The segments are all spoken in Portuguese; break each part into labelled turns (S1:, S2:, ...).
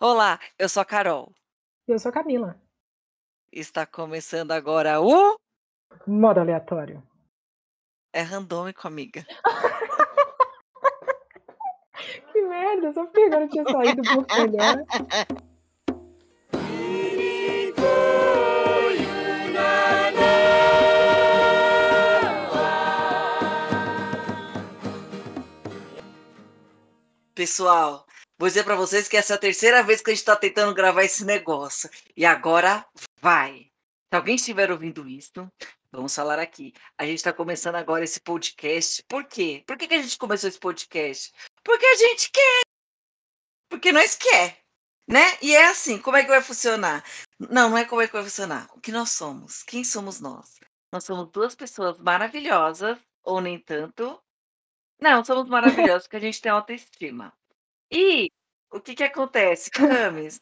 S1: Olá, eu sou a Carol.
S2: Eu sou a Camila.
S1: Está começando agora o.
S2: Modo aleatório.
S1: É randômico, amiga.
S2: Que merda, só porque agora eu tinha saído do melhor.
S1: Pessoal, vou dizer pra vocês que essa é a terceira vez que a gente tá tentando gravar esse negócio. E agora vai! Se alguém estiver ouvindo isso, vamos falar aqui. A gente tá começando agora esse podcast. Por quê? Por que, que a gente começou esse podcast? Porque a gente quer! Porque nós quer, né? E é assim, como é que vai funcionar? Não, não é como é que vai funcionar. O que nós somos? Quem somos nós? Nós somos duas pessoas maravilhosas, ou nem tanto. Não, somos maravilhosos porque a gente tem autoestima. E o que que acontece, Camis?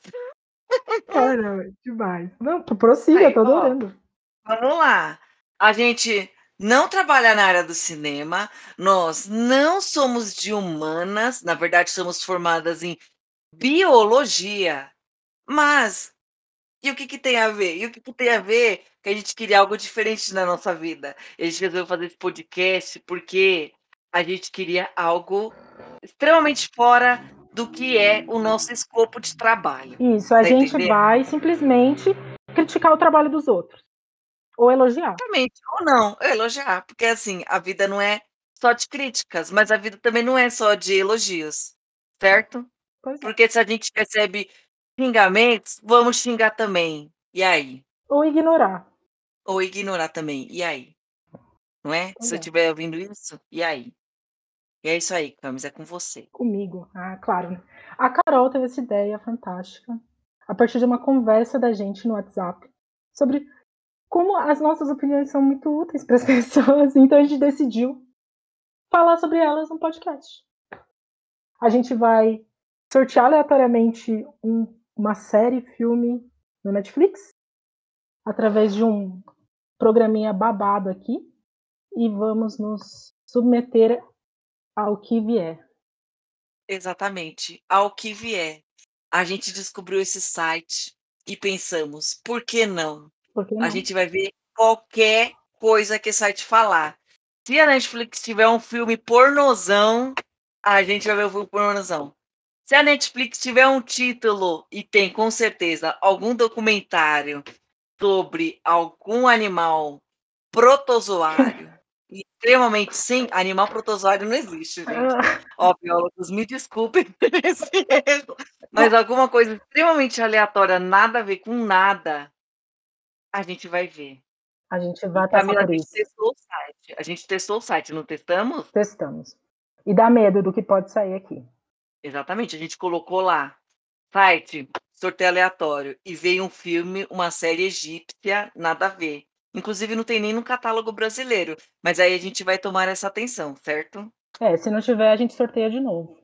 S2: Caramba, demais. Não, prossiga,
S1: Aí,
S2: eu tô
S1: ó.
S2: adorando.
S1: Vamos lá. A gente não trabalha na área do cinema, nós não somos de humanas, na verdade, somos formadas em biologia. Mas, e o que, que tem a ver? E o que, que tem a ver que a gente queria algo diferente na nossa vida? A gente resolveu fazer esse podcast porque a gente queria algo extremamente fora do que é o nosso escopo de trabalho.
S2: Isso, a
S1: Tá
S2: gente
S1: entendendo?
S2: vai simplesmente criticar o trabalho dos outros. Ou elogiar.
S1: Exatamente, ou não, eu elogiar, porque assim, a vida não é só de críticas, mas a vida também não é só de elogios, certo?
S2: Pois é.
S1: Porque se a gente recebe xingamentos, vamos xingar também, e aí?
S2: Ou ignorar.
S1: Ou ignorar também, e aí? Não é?
S2: Pois
S1: Se eu
S2: é.
S1: estiver ouvindo isso, e aí? E é isso aí, Camis, é com você.
S2: Comigo. Ah, claro. A Carol teve essa ideia fantástica a partir de uma conversa da gente no WhatsApp sobre como as nossas opiniões são muito úteis para as pessoas. Então a gente decidiu falar sobre elas no podcast. A gente vai sortear aleatoriamente um- uma série, filme no Netflix através de um programinha babado aqui e vamos nos submeter ao que vier.
S1: Exatamente, ao que vier. A gente descobriu esse site e pensamos, por que não?
S2: Porque
S1: A gente vai ver qualquer coisa que esse site falar. Se a Netflix tiver um filme pornozão, a gente vai ver o filme pornozão. Se a Netflix tiver um título e tem com certeza algum documentário sobre algum animal protozoário, e extremamente sim, animal protozoário não existe, gente. Ó, biólogos, me desculpem por esse erro, mas alguma coisa extremamente aleatória, nada a ver com nada, a gente vai ver.
S2: a gente vai passar
S1: Camila, a
S2: É por
S1: gente
S2: isso.
S1: testou o site. A gente testou o site, não testamos?
S2: Testamos. E dá medo do que pode sair aqui.
S1: Exatamente, a gente colocou lá. Site, sorteio aleatório. E veio um filme, uma série egípcia, nada a ver. Inclusive, não tem nem no catálogo brasileiro. Mas aí a gente vai tomar essa atenção, certo?
S2: É, se não tiver, a gente sorteia de novo.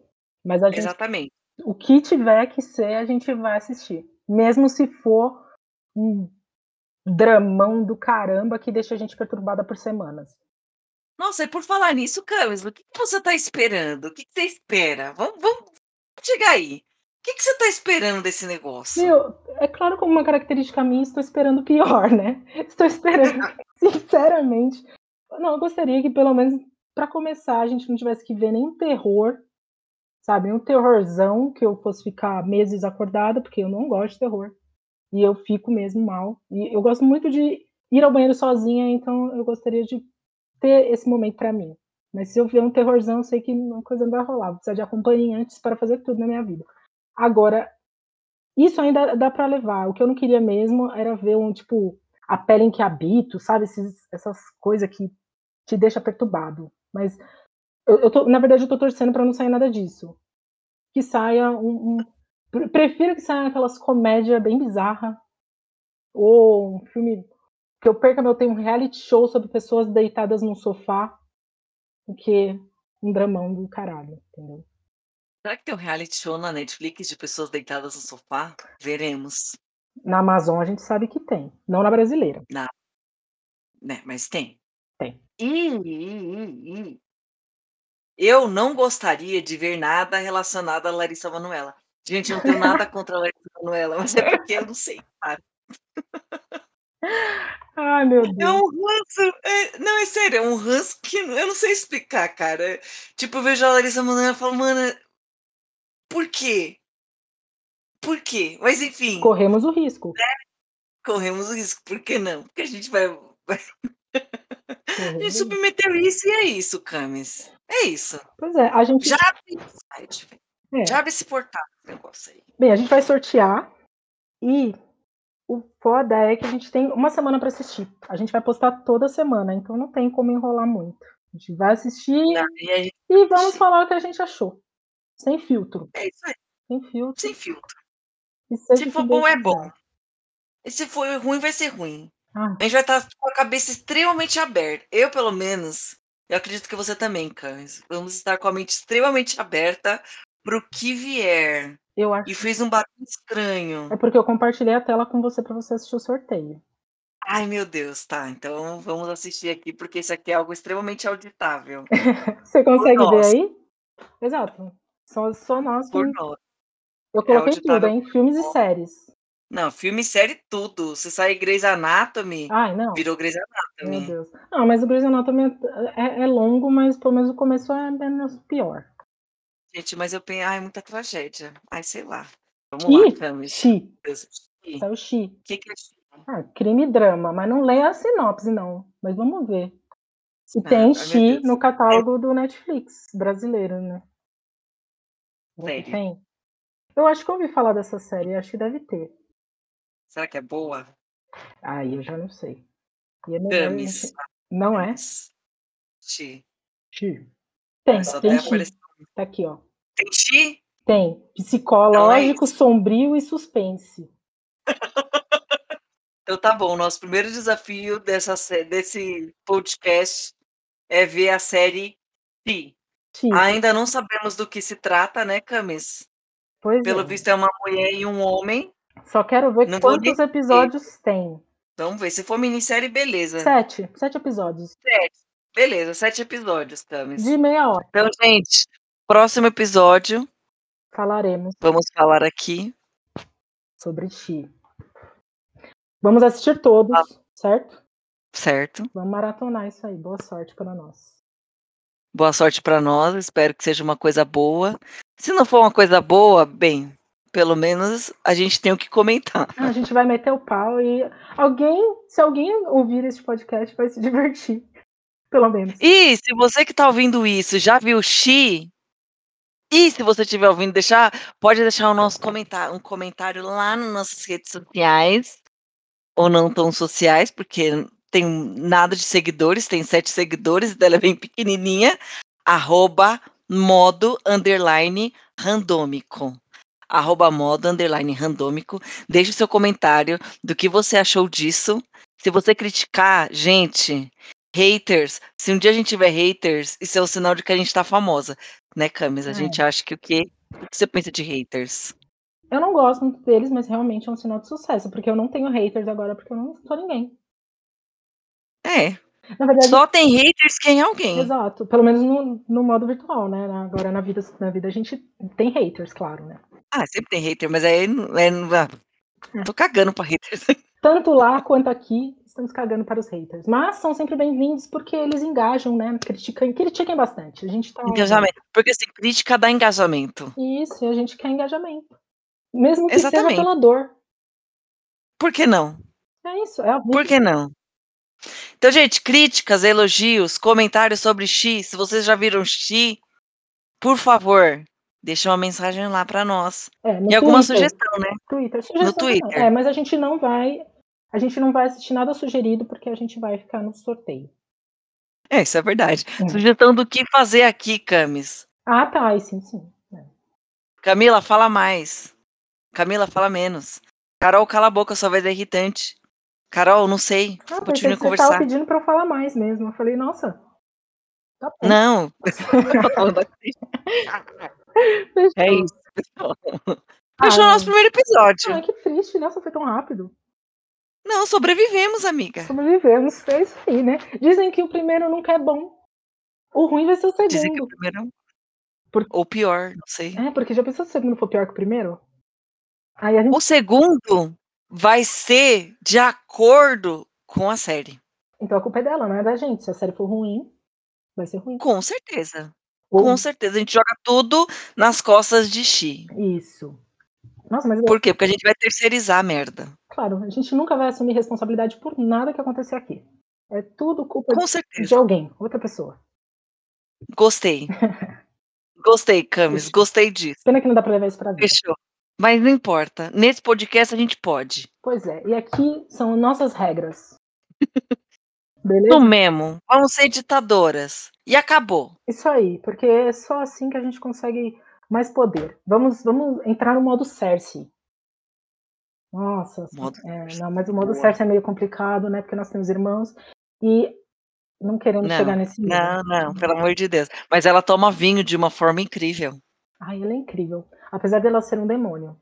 S2: Mas a gente
S1: Exatamente.
S2: o que tiver que ser, a gente vai assistir. Mesmo se for um dramão do caramba que deixa a gente perturbada por semanas.
S1: Nossa, e por falar nisso, Camis, o que que você está esperando? O que que você espera? Vamos, vamos chegar aí. O que que você está esperando desse negócio?
S2: Meu, é claro, como uma característica minha, estou esperando o pior, né? Estou esperando, sinceramente. Não, eu gostaria que pelo menos para começar a gente não tivesse que ver nenhum terror, sabe? Um terrorzão que eu fosse ficar meses acordada, porque eu não gosto de terror. E eu fico mesmo mal. E eu gosto muito de ir ao banheiro sozinha, então eu gostaria de ter esse momento pra mim. Mas se eu ver um terrorzão, eu sei que uma coisa não vai rolar. Vou precisar de acompanhantes para fazer tudo na minha vida. Agora, isso ainda dá pra levar. O que eu não queria mesmo era ver um, tipo, a pele em que habito, sabe? Esses- essas coisas que te deixa perturbado. Mas, eu, eu tô, na verdade, eu tô torcendo pra não sair nada disso. Que saia um... um- pre- Prefiro que saia aquelas comédias bem bizarras. Ou um filme que eu perca meu tempo, um reality show sobre pessoas deitadas num sofá, do que um dramão do caralho, entendeu?
S1: Será que tem um reality show na Netflix de pessoas deitadas no sofá? Veremos,
S2: Na Amazon a gente sabe que tem, não na brasileira.
S1: né? Mas tem.
S2: Tem.
S1: E, e, e, e. Eu não gostaria de ver nada relacionado a Larissa Manoela. Gente, eu não tenho nada contra a Larissa Manoela, mas é porque eu não sei, cara.
S2: Ai, meu
S1: É
S2: Deus.
S1: um ranço. é- não, é sério, é um ranço que eu não sei explicar, cara. Tipo, eu vejo a Larissa Manoela e falo, mano, por quê? Por quê? Mas enfim,
S2: Corremos o risco.
S1: corremos o risco, por que não? Porque a gente vai. A gente
S2: Corremos o risco.
S1: submeteu É, isso e é isso, Camis. É isso.
S2: Pois é, a gente.
S1: Já abre esse site, velho.
S2: É.
S1: Já abre esse portal, esse negócio aí.
S2: Bem, a gente vai sortear e o foda é que a gente tem uma semana pra assistir. A gente vai postar toda semana, então não tem como enrolar muito. A gente vai assistir
S1: Tá? E aí,
S2: e vamos
S1: sim.
S2: falar o que a gente achou. Sem filtro.
S1: é isso aí,
S2: Sem filtro.
S1: sem filtro.
S2: E seja
S1: Se
S2: o que
S1: for
S2: Deus
S1: bom, é
S2: quiser.
S1: bom. E se for ruim, vai ser ruim.
S2: Ah.
S1: A gente vai estar com a cabeça extremamente aberta. Eu, pelo menos, eu acredito que você também, Camis. Vamos estar com a mente extremamente aberta pro que vier.
S2: Eu acho.
S1: E fez um barulho estranho.
S2: É porque eu compartilhei a tela com você pra você assistir o sorteio.
S1: Ai, meu Deus, tá. Então vamos assistir aqui, porque isso aqui é algo extremamente auditável.
S2: Você consegue ver
S1: nós.
S2: aí? Exato. Só, só nós. que-
S1: Por nós.
S2: Eu coloquei tudo,
S1: auditável.
S2: hein? Filmes e séries.
S1: Não, filme, série, tudo. Se sair Grey's Anatomy,
S2: Ai, não.
S1: virou Grey's
S2: Ah. Meu
S1: Anatomy.
S2: Deus. Ah, mas o Grey's Anatomy é, é- é longo, mas pelo menos o começo é menos pior.
S1: Gente, mas eu penso. Ai, muita tragédia. Ai, sei lá. Vamos
S2: Chi?
S1: lá, Camis.
S2: Chi.
S1: Meu Deus. Chi.
S2: Saiu Chi.
S1: O que, que é Chi?
S2: Ah, crime e drama, mas não leia a sinopse, não. Mas vamos ver. E
S1: Ah, ai,
S2: tem
S1: meu
S2: Chi
S1: Deus.
S2: no catálogo do Netflix brasileiro, né? Vê se
S1: Sério.
S2: Tem. Eu acho que eu ouvi falar dessa série, acho que deve ter.
S1: Será que é boa?
S2: Aí eu já não sei. E é melhor a
S1: Camis.
S2: gente- Não é?
S1: Camis. Chi.
S2: Chi. Tem,
S1: Só
S2: tem
S1: até
S2: Chi.
S1: apareceu.
S2: Tá aqui, ó.
S1: Tem Chi?
S2: Tem.
S1: Então
S2: Psicológico,
S1: é
S2: sombrio e suspense.
S1: Então tá bom, nosso primeiro desafio dessa, sé- desse podcast é ver a série Pi.
S2: Chi.
S1: Ainda não sabemos do que se trata, né, Camis?
S2: Pois
S1: Pelo
S2: é.
S1: visto é uma mulher e um homem.
S2: Só quero ver
S1: Não vou nem
S2: quantos episódios tem.
S1: Vamos ver, se for minissérie, beleza.
S2: Sete. Sete episódios.
S1: Beleza, sete episódios, Camis.
S2: De meia hora
S1: Então, gente, próximo episódio,
S2: falaremos
S1: vamos falar aqui.
S2: sobre Chi. Vamos assistir todos,
S1: Tá.
S2: certo?
S1: Certo.
S2: Vamos maratonar isso aí. Boa sorte para nós.
S1: Boa sorte para nós, espero que seja uma coisa boa. Se não for uma coisa boa, bem, pelo menos a gente tem o que comentar.
S2: Ah, A gente vai meter o pau e alguém, se alguém ouvir este podcast, vai se divertir. Pelo menos.
S1: E se você que está ouvindo isso já viu Xi, e se você estiver ouvindo, deixar, pode deixar o nosso comentário, um comentário lá nas nossas redes sociais, ou não tão sociais, porque tem nada de seguidores, tem sete seguidores, e dela é bem pequenininha, arroba modo underline randômico. Arroba modo underline randômico. Deixe o seu comentário do que você achou disso. Se você criticar, gente, haters, se um dia a gente tiver haters, isso é o sinal de que a gente tá famosa, né, Camis? A
S2: É.
S1: gente acha que o quê? O que você pensa de haters?
S2: Eu não gosto muito deles, mas realmente é um sinal de sucesso, porque eu não tenho haters agora, porque eu não sou ninguém.
S1: É,
S2: Na verdade,
S1: só tem haters quem é alguém.
S2: Exato, pelo menos no, no modo virtual, né? Na- Agora na vida, na vida a gente tem haters, claro, né?
S1: Ah, sempre tem hater, mas aí não é, não- ah, tô cagando pra haters.
S2: Tanto lá quanto aqui, estamos cagando para os haters. Mas são sempre bem-vindos porque eles engajam, né? Critiquem, critiquem bastante. A gente tá.
S1: Engajamento. Porque assim, crítica dá engajamento.
S2: Isso, e a gente quer engajamento. Mesmo que
S1: Exatamente.
S2: seja pela dor.
S1: Por que não?
S2: É isso, é a vida.
S1: Por que não? Então, gente, críticas, elogios, comentários sobre Xi. Se vocês já viram Xi, por favor, deixa uma mensagem lá pra nós.
S2: É, no
S1: E alguma
S2: Twitter,
S1: sugestão, né?
S2: Twitter, sugestão também.
S1: Twitter.
S2: É, mas a gente não vai. A gente não vai assistir nada sugerido porque a gente vai ficar no sorteio.
S1: É, isso é verdade.
S2: Hum.
S1: Sugestão do que fazer aqui, Camis.
S2: Ah, tá, aí sim, sim. É.
S1: Camila, fala mais. Camila, fala menos. Carol, cala a boca, sua voz é irritante. Carol, não sei.
S2: Ah, pensei
S1: Continue
S2: que você estava
S1: conversar.
S2: pedindo para eu falar mais mesmo. Eu falei, nossa, tá bom.
S1: Não. Eu tava da crítica. é
S2: Fechou.
S1: isso, pessoal. Fechou o nosso primeiro episódio.
S2: Ah, Ai, que triste, nossa, foi tão rápido.
S1: Não, sobrevivemos, amiga.
S2: Sobrevivemos, é isso aí, né? Dizem que o primeiro nunca é bom. O ruim vai ser o
S1: Dizem que o
S2: segundo.
S1: primeiro. Por... Ou pior, não sei.
S2: É, porque já pensou se o segundo for pior que o primeiro? Aí a gente...
S1: O segundo vai ser de acordo com a série.
S2: Então a culpa é dela, não é da gente. Se a série for ruim, vai ser ruim.
S1: Com certeza. Ou... Com certeza. A gente joga tudo nas costas de Xi.
S2: Isso. Nossa, mas.
S1: Por quê? Porque a gente vai terceirizar a merda.
S2: Claro, a gente nunca vai assumir responsabilidade por nada que acontecer aqui. É tudo culpa
S1: Com
S2: de,
S1: certeza.
S2: de alguém, outra pessoa.
S1: Gostei. Gostei, Camis. Gostei disso.
S2: Pena que não dá pra levar isso pra vida.
S1: Fechou. Mas não importa. Nesse podcast a gente pode.
S2: Pois é. E aqui são nossas regras. Beleza?
S1: Tomemos. Vamos ser ditadoras. E acabou.
S2: Isso aí, porque é só assim que a gente consegue mais poder. Vamos, vamos entrar no modo Cersei. Nossa,
S1: Modo
S2: é,
S1: Cersei.
S2: não, mas o modo
S1: Boa.
S2: Cersei é meio complicado, né? Porque nós temos irmãos e não queremos
S1: Não,
S2: chegar nesse nível.
S1: Não, não, pelo amor de Deus. Mas ela toma vinho de uma forma incrível.
S2: Ai, ela é incrível. Apesar dela ser um demônio.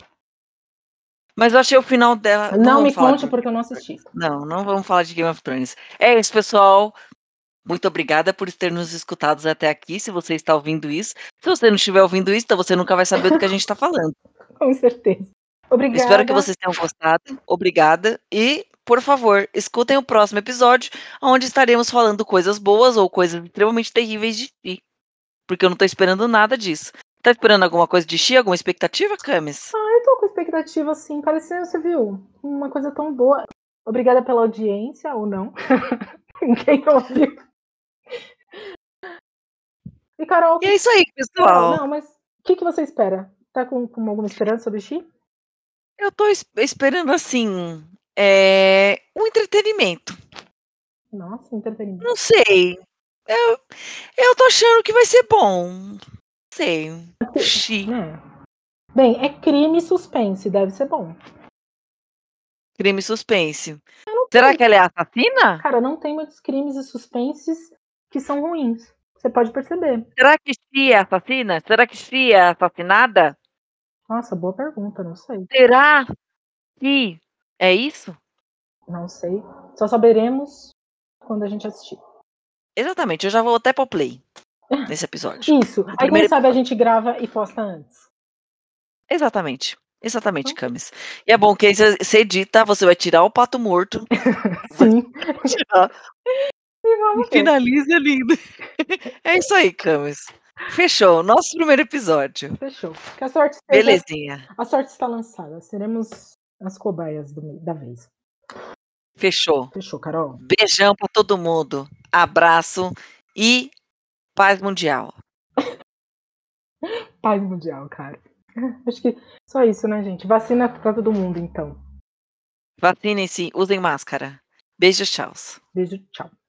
S1: Mas eu achei o final dela.
S2: não
S1: vamos
S2: me
S1: falar
S2: conte
S1: de-
S2: porque eu não assisti.
S1: Não, não vamos falar de Game of Thrones. É isso, pessoal. Muito obrigada por ter nos escutado até aqui. Se você está ouvindo isso, se você não estiver ouvindo isso, então você nunca vai saber do que a gente está falando.
S2: Com certeza. Obrigada.
S1: Espero que vocês tenham gostado. Obrigada. E, por favor, escutem o próximo episódio, onde estaremos falando coisas boas ou coisas extremamente terríveis de ti. Porque eu não estou esperando nada disso. Tá esperando alguma coisa de ti? Alguma expectativa, Camis?
S2: Ah, Eu tô com expectativa, assim, parecendo, você viu, uma coisa tão boa. Obrigada pela audiência, ou não. Ninguém ouviu. E Carol,
S1: E é isso aí, pessoal.
S2: Carol, não, mas o que, que você espera? Tá com, com alguma esperança sobre Xi?
S1: Eu tô es- esperando, assim, é, um entretenimento.
S2: Nossa, entretenimento.
S1: Não sei. Eu, eu tô achando que vai ser bom. Não sei. Xi.
S2: É. Bem, é crime e suspense, deve ser bom.
S1: Crime e suspense. Será que ela é assassina?
S2: Cara, não tem muitos crimes e suspenses que são ruins. Você pode perceber.
S1: Será que Xi é assassina? Será que Xi é assassinada?
S2: Nossa, boa pergunta, não sei.
S1: Será que é isso?
S2: Não sei. Só saberemos quando a gente assistir.
S1: Exatamente. Eu já vou até pro play nesse episódio.
S2: Isso. Aí, quem
S1: primeiro
S2: sabe, a gente grava e posta antes.
S1: Exatamente. Exatamente, Camis. E é bom que aí você você edita, você vai tirar o pato morto,
S2: Sim.
S1: tirar
S2: E vamos ver.
S1: Finaliza lindo. É isso aí, Camis. Fechou. Nosso primeiro episódio.
S2: Fechou. Que a sorte seja-
S1: Belezinha.
S2: A sorte está lançada. Seremos as cobaias do- da vez.
S1: Fechou.
S2: Fechou, Carol.
S1: Beijão pra todo mundo. Abraço e paz mundial.
S2: Paz mundial, cara. Acho que só isso, né, gente? Vacina pra todo mundo, então.
S1: Vacinem-se, usem máscara. Beijo, tchau.
S2: Beijo, tchau.